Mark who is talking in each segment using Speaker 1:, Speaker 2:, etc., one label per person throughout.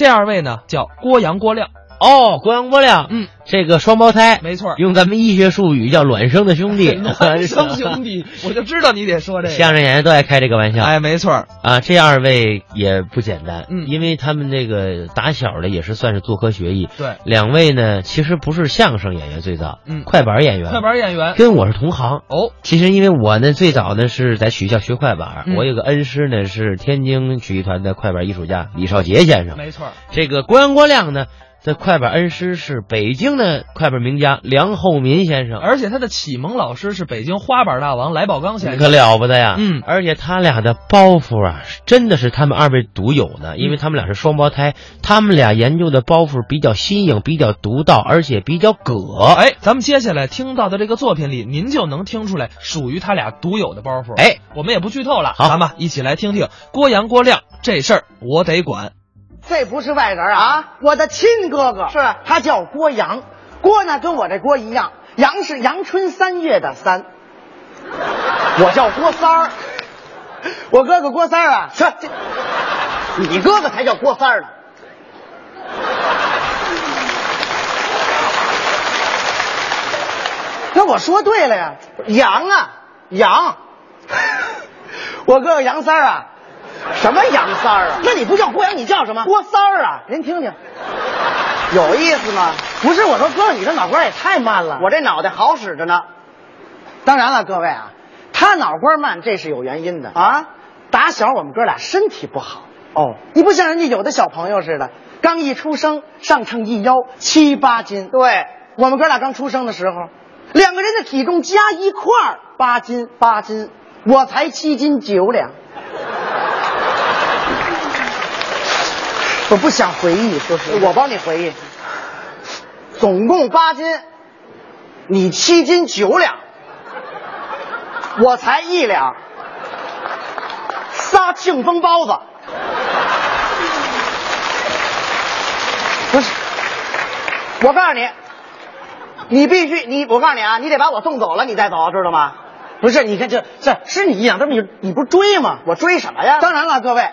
Speaker 1: 这二位呢叫郭阳、郭亮，
Speaker 2: 哦，郭阳郭亮，
Speaker 1: 嗯，
Speaker 2: 这个双胞胎，
Speaker 1: 没错
Speaker 2: 用咱们医学术语叫孪生的兄 弟，
Speaker 1: 孪生兄 弟，我就知道你得说这个。
Speaker 2: 相声演员都爱开这个玩笑。
Speaker 1: 哎，没错，
Speaker 2: 啊，这二位也不简单，
Speaker 1: 嗯
Speaker 2: 因为他们这个打小的也是算是做科学艺。
Speaker 1: 对，
Speaker 2: 两位呢，其实不是相声演员最早，
Speaker 1: 嗯
Speaker 2: 快板演员，
Speaker 1: 快板演员
Speaker 2: 跟我是同行。
Speaker 1: 哦，
Speaker 2: 其实因为我呢，最早呢是在曲艺校学快板，
Speaker 1: 嗯
Speaker 2: 我有个恩师呢是天津曲艺团的快板艺术家李少杰先生。
Speaker 1: 没错，
Speaker 2: 这个郭阳郭亮呢的快板恩师是北京的快板名家梁厚民先生，
Speaker 1: 而且他的启蒙老师是北京花板大王来宝刚
Speaker 2: 你
Speaker 1: 先
Speaker 2: 可
Speaker 1: 生。
Speaker 2: 了不得呀！
Speaker 1: 嗯
Speaker 2: 而且他俩的包袱啊，真的是他们二位独有
Speaker 1: 嗯
Speaker 2: 的，因为他们俩是双胞胎，他们俩研究的包袱比较新颖，比较独到，而且比较葛。
Speaker 1: 哎，咱们接下来听到的这个作品里，您就能听出来属于他俩独有的包袱。，
Speaker 2: 哎，
Speaker 1: 我们也不剧透了，
Speaker 2: 好
Speaker 1: 咱们一起来听听郭阳、郭亮这事儿，我得管。
Speaker 3: 这不是外人啊，我的亲哥哥是，他叫郭阳，郭呢跟我这郭一样，阳是阳春三月的三，我叫郭三儿，我哥哥郭三儿啊，是这，你哥哥才叫郭三儿呢。那我说对了呀，羊啊羊，我哥哥杨三儿啊，什么杨三儿啊？那你不叫郭阳，你叫什么？郭三儿啊！您听听，有意思吗？不是，我说哥，你这脑瓜也太慢了，我这脑袋好使着呢。当然了，各位啊，他脑瓜慢这是有原因的啊。打小我们哥俩身体不好哦，你不像人家有的小朋友似的，刚一出生上秤一腰七八斤。对，我们哥俩刚出生的时候，两个人的体重加一块儿八斤八斤，我才七斤九两。我不想回忆，说实话，我帮你回忆，总共八斤，你七斤九两， 我才一两，仨庆丰包子。不是，我告诉你，你必须你，我告诉你啊，你得把我送走了，你再走，知道吗？不是，你看这这是你一两，这么你你不追吗？我追什么呀？当然了，各位，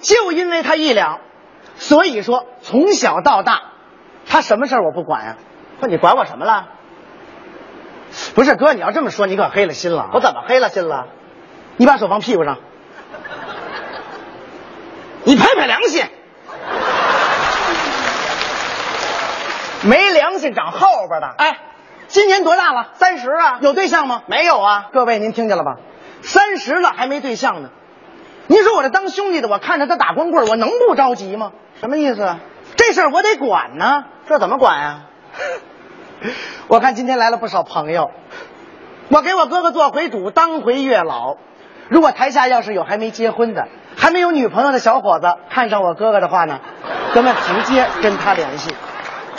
Speaker 3: 就因为他一两，所以说从小到大，他什么事儿我不管啊呀、不，你管我什么了？不是哥，你要这么说，你可黑了心了啊。我怎么黑了心了？你把手放屁股上，你拍拍良心。没良心长后边的。哎，今年多大了？三十啊。有对象吗？没有啊。各位您听见了吧？三十了还没对象呢。您说我这当兄弟的，我看着他打光棍儿，我能不着急吗？什么意思？这事儿我得管呢。这怎么管啊呀、 我看今天来了不少朋友，我给我哥哥做回主，当回月老。如果台下要是有还没结婚的、还没有女朋友的小伙子看上我哥哥的话呢，咱们直接跟他联系。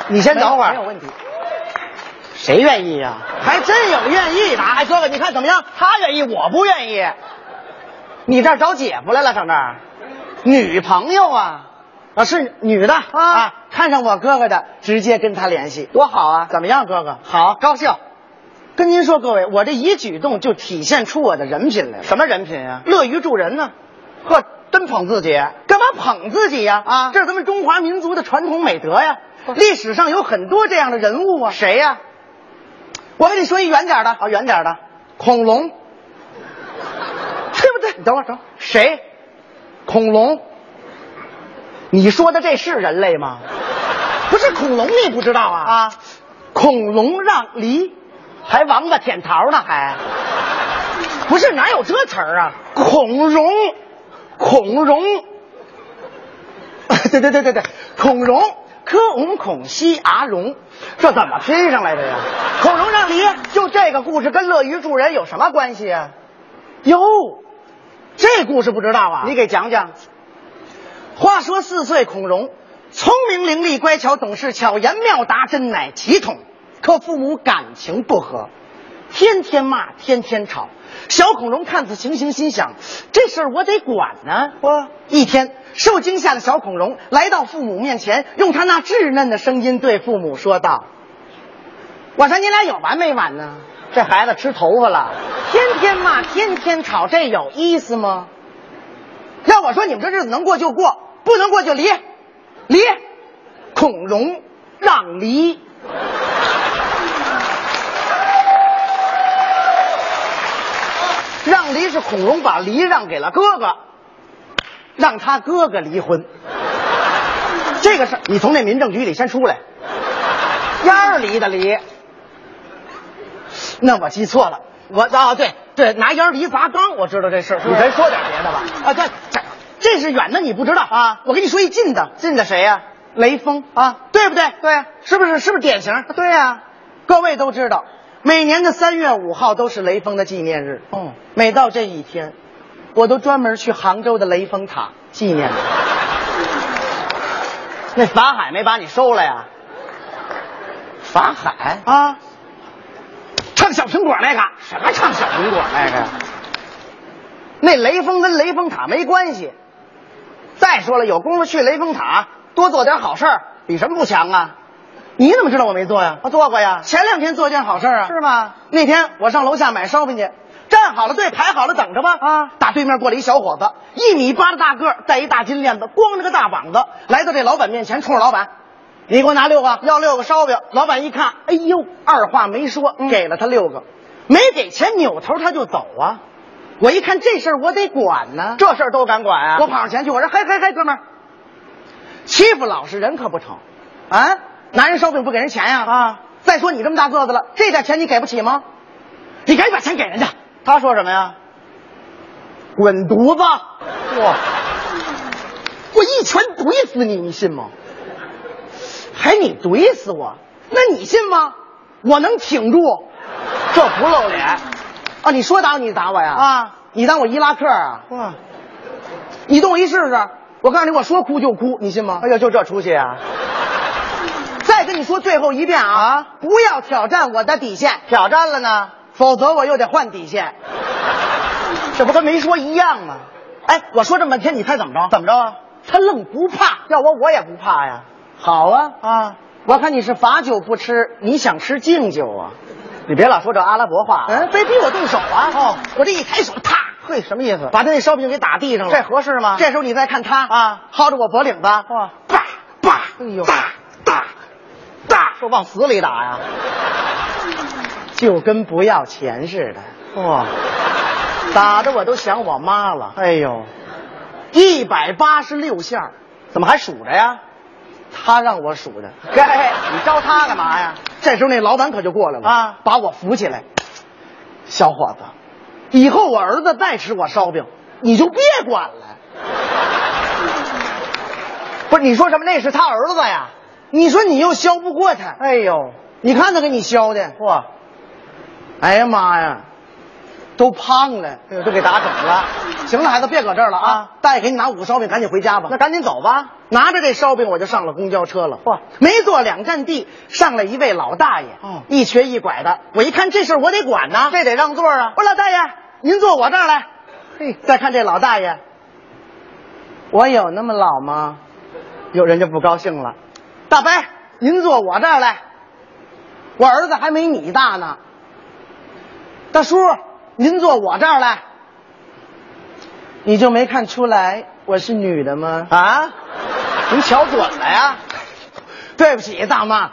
Speaker 3: 你先等会儿，没有问题。谁愿意呀、还真有愿意的。哎，哥哥，你看怎么样？他愿意，我不愿意。你这儿找姐夫来了，上这儿？女朋友啊？啊，是女的啊看上我哥哥的，直接跟他联系，多好啊！怎么样，哥哥？好，高兴。跟您说，各位，我这一举动就体现出我的人品来了。什么人品啊？乐于助人呢、呵，真捧自己？干嘛捧自己呀、啊？这是咱们中华民族的传统美德呀、历史上有很多这样的人物啊。谁呀、我跟你说一远点的，啊，远点的，恐龙，对不对？你等会儿，等会儿，谁？恐龙？你说的这是人类吗？不是恐龙，你不知道啊？啊，恐龙让梨，还王八舔桃呢，还。不是哪有这词儿啊？孔融，孔融， 对对对对对，孔融，科孔孔西阿融，这怎么拼上来的呀？孔融让梨，就这个故事跟乐于助人有什么关系啊？哟，这故事不知道啊？你给讲讲。话说四岁孔融，聪明伶俐、乖巧懂事、巧言妙答，真乃奇童。可父母感情不和，天天骂，天天吵。小恐龙看此情形，心想这事儿我得管呢、我一天，受惊吓的小恐龙来到父母面前，用他那稚嫩的声音对父母说道：“我说你俩有完没完呢？这孩子吃头发了，天天骂，天天吵，这有意思吗？”要我说，你们这日子能过就过，不能过就离，离。孔融、让梨。让梨是孔融把梨让给了哥哥，让他哥哥离婚。这个事儿你从那民政局里先出来，烟儿离的离。那我记错了，我啊对对，拿烟儿梨砸缸，我知道这事儿。你咱说点别的吧？啊对，这这是远的你不知道啊，我跟你说一近的，近的谁呀、雷锋啊，对不对？对，是不是？是不是典型？对呀、各位都知道，每年的三月五号都是雷锋的纪念日。哦，每到这一天，我都专门去杭州的雷峰塔纪 念他。那法海没把你收了呀？法海啊，唱小苹果那个？什么唱小苹果那个呀？那雷锋跟雷峰塔没关系。再说了，有功夫去雷峰塔多做点好事儿，比什么不强啊？你怎么知道我没做呀？我做过呀，前两天做件好事儿啊，是吗？那天我上楼下买烧饼去，站好了队，排好了，等着吧。啊，打对面过来一小伙子，一米八的大个儿，戴一大金链子，光着个大膀子，来到这老板面前，冲着老板，你给我拿六个，要六个烧饼。老板一看，哎呦，二话没说，给了他六个，没给钱，扭头他就走啊。我一看这事儿，我得管呢、这事儿都敢管啊！我跑上前去，我说：“嘿嘿嘿，哥们儿，欺负老实人可不成啊！拿人烧饼不给人钱呀、啊？再说你这么大个子了，这点钱你给不起吗？你赶紧把钱给人家。”他说什么呀？滚犊子！哇！我一拳怼死你，你信吗？还你怼死我？那你信吗？我能挺住，这不露脸。啊，你说打我你打我呀？啊，你当我伊拉克啊？哇！你动我一试试，我告诉你，我说哭就哭，你信吗？哎呦，就这出息啊！ 再跟你说最后一遍啊，不要挑战我的底线，挑战了呢，否则我又得换底线。这不跟没说一样吗？哎，我说这么半天，你猜怎么着？怎么着啊？他愣不怕，要我我也不怕呀。好啊啊！我看你是罚酒不吃，你想吃敬酒啊？你别老说这阿拉伯话、嗯，非逼我动手啊！哦，我这一抬手，啪！嘿，什么意思？把他那烧饼给打地上了，这合适吗？这时候你再看他啊，薅着我脖领子，哇，叭叭，哎呦，哒哒哒，说往死里打呀，就跟不要钱似的，哇！打的我都想我妈了。哎呦，一百八十六下，怎么还数着呀？他让我数的。哎，你招他干嘛呀？这时候那老板可就过来了啊，把我扶起来。小伙子，以后我儿子再吃我烧饼，你就别管了。 不是你说什么？那是他儿子呀？你说你又削不过他？哎呦，你看他给你削的，哇！哎呀妈呀！都胖了，都给打肿了。 行了，孩子，别搁这儿了啊！大爷给你拿五个烧饼，赶紧回家吧。那赶紧走吧。拿着这烧饼，我就上了公交车了。哇，没坐两站地，上来一位老大爷，一瘸一拐的。我一看这事儿，我得管呐，这哦得让座啊！我说老大爷，您坐我这儿来。嘿，再看这老大爷，我有那么老吗？有人就不高兴了。大伯，您坐我这儿来，我儿子还没你大呢。大叔，您坐我这儿来。你就没看出来我是女的吗？啊，您瞧准了呀！对不起，大妈，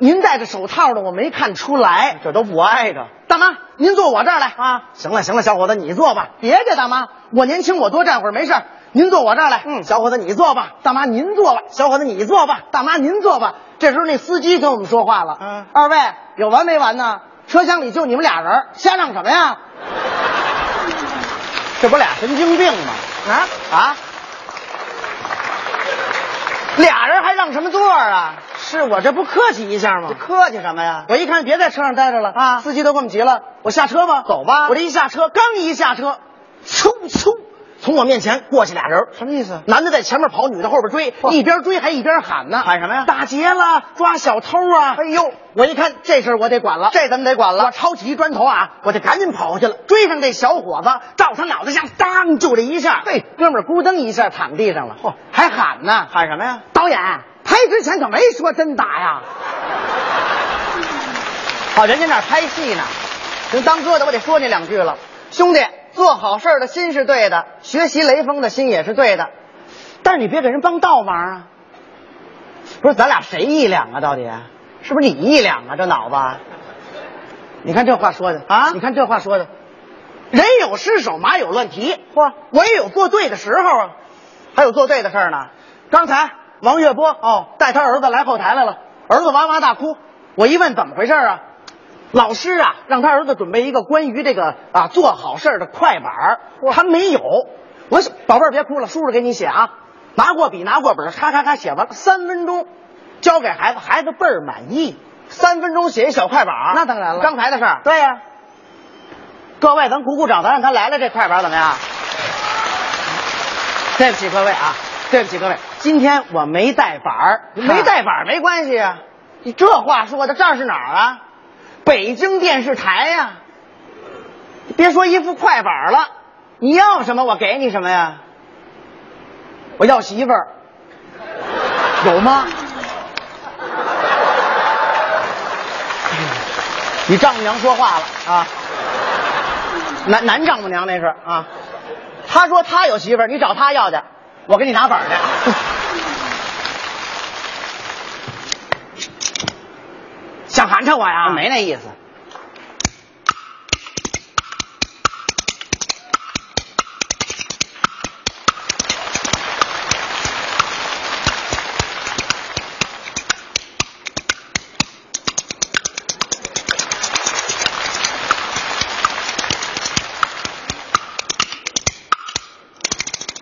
Speaker 3: 您戴着手套的，我没看出来。这都不挨着。大妈，您坐我这儿来啊！行了行了，小伙子，你坐吧。别介，大妈，我年轻，我多站会儿没事儿您坐我这儿来。嗯，小伙子，你坐吧。大妈，您坐吧。小伙子，你坐吧。大妈，您坐吧。这时候那司机跟我们说话了。嗯，二位有完没完呢？车厢里就你们俩人儿，瞎嚷什么呀？ 这不俩神经病吗？啊啊！俩人还让什么座啊？是我这不客气一下吗？客气什么呀？我一看别在车上待着了啊！司机都跟我们急了，我下车吧，走吧。我这一下车，刚一下车，嗖嗖，从我面前过去俩人，什么意思？男的在前面跑，女的后边追，一边追还一边喊呢，喊什么呀？打劫了，抓小偷啊！哎呦，我一看这事儿我得管了，这咱们得管了。我抄起一砖头啊，我就赶紧跑过去了，追上这小伙子，照他脑袋下当就这一下，嘿，哥们儿咕噔一下躺地上了，嚯，还喊呢，喊什么呀？导演拍之前可没说真打呀。 哦，人家那儿拍戏呢。您当哥的，我得说你两句了，兄弟，做好事儿的心是对的，学习雷锋的心也是对的，但是你别给人帮倒忙啊。不是咱俩谁一两啊？到底是不是你一两啊？这脑子，你看这话说的啊，你看这话说的，人有失手，马有乱蹄。嚯，我也有做对的时候啊，还有做对的事儿呢。刚才王月波哦，带他儿子来后台来了，儿子哇哇大哭。我一问怎么回事啊？老师啊，让他儿子准备一个关于这个啊做好事儿的快板儿，他没有。我说宝贝儿别哭了，叔叔给你写啊。拿过笔，拿过本儿，咔咔咔写完了，三分钟，交给孩子，孩子倍儿满意。三分钟写一小快板儿，那当然了，刚才的事儿。对呀、各位，咱鼓鼓掌，咱让他来了这快板儿怎么样？对不起各位啊，对不起各位，今天我没带板儿，没带板儿没关系啊。你这话说的，这儿是哪儿啊？北京电视台呀、你别说一副快板儿了，你要什么我给你什么呀？我要媳妇儿，有吗？ 你丈母娘说话了啊，男男丈母娘那是啊，他说他有媳妇儿，你找他要去，我给你拿本儿去。想寒碜我呀？没那意思。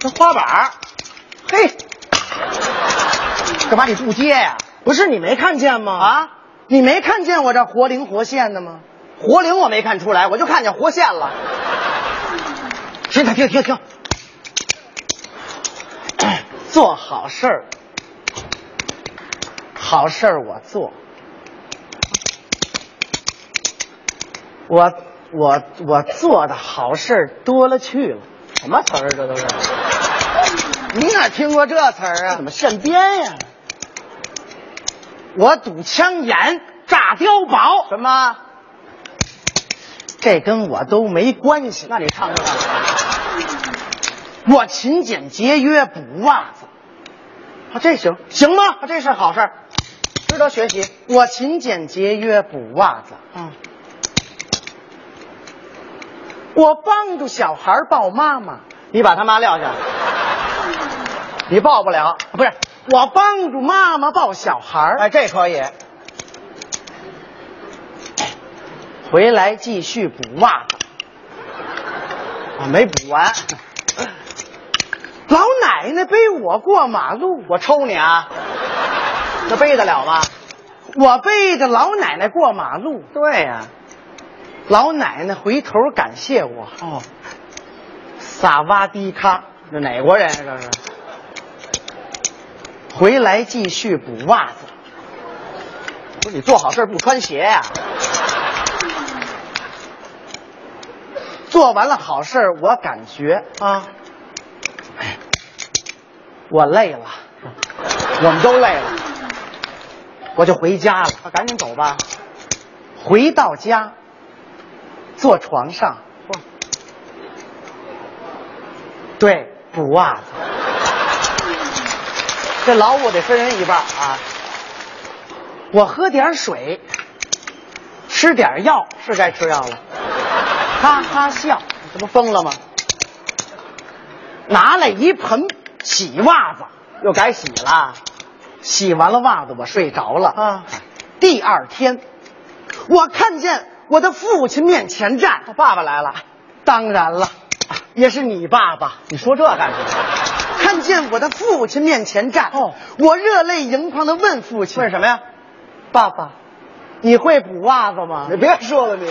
Speaker 3: 这花板儿，嘿，干嘛你不接呀、不是你没看见吗？啊，你没看见我这活灵活现的吗？活灵我没看出来，我就看见活现了。停停停停停！ 做好事儿，好事儿我做，我我我做的好事儿多了去了。什么词儿？啊这都是？你哪听过这词儿啊？怎么现编呀、我堵枪眼，炸碉堡。什么？这跟我都没关系。那你唱这个。我勤俭节约补袜子，啊，这行行吗？啊这是好事儿，值得学习。我勤俭节约补袜子。嗯。我帮助小孩儿抱妈妈，你把他妈撂下，你抱不了，不是我帮助妈妈抱小孩儿，哎，这可以。回来继续补袜子，我没补完。老奶奶背我过马路，我抽你 啊！这背得了吗？我背着老奶奶过马路。对呀、老奶奶回头感谢我。哦，萨瓦迪卡，这哪国人啊？这是。回来继续补袜子。不是你做好事不穿鞋啊呀、做完了好事儿我感觉啊，哎我累了，我们都累了，我就回家了。赶紧走吧。回到家，坐床上，对，补袜子。这劳务得分人一半啊。我喝点水，吃点药，是该吃药了。哈哈笑，这不疯了吗？拿来一盆洗袜子，又改洗了。洗完了袜子，我睡着了啊。第二天，我看见我的父亲面前站，哦爸爸来了。当然了，也是你爸爸。你说这干什么？看见我的父亲面前站，哦，我热泪盈眶的问父亲：“问什么呀？爸爸，你会补袜子吗？”你别说了你。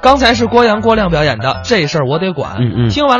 Speaker 1: 刚才是郭阳、郭亮表演的，这事儿我得管。
Speaker 2: 嗯嗯嗯
Speaker 1: 听完了。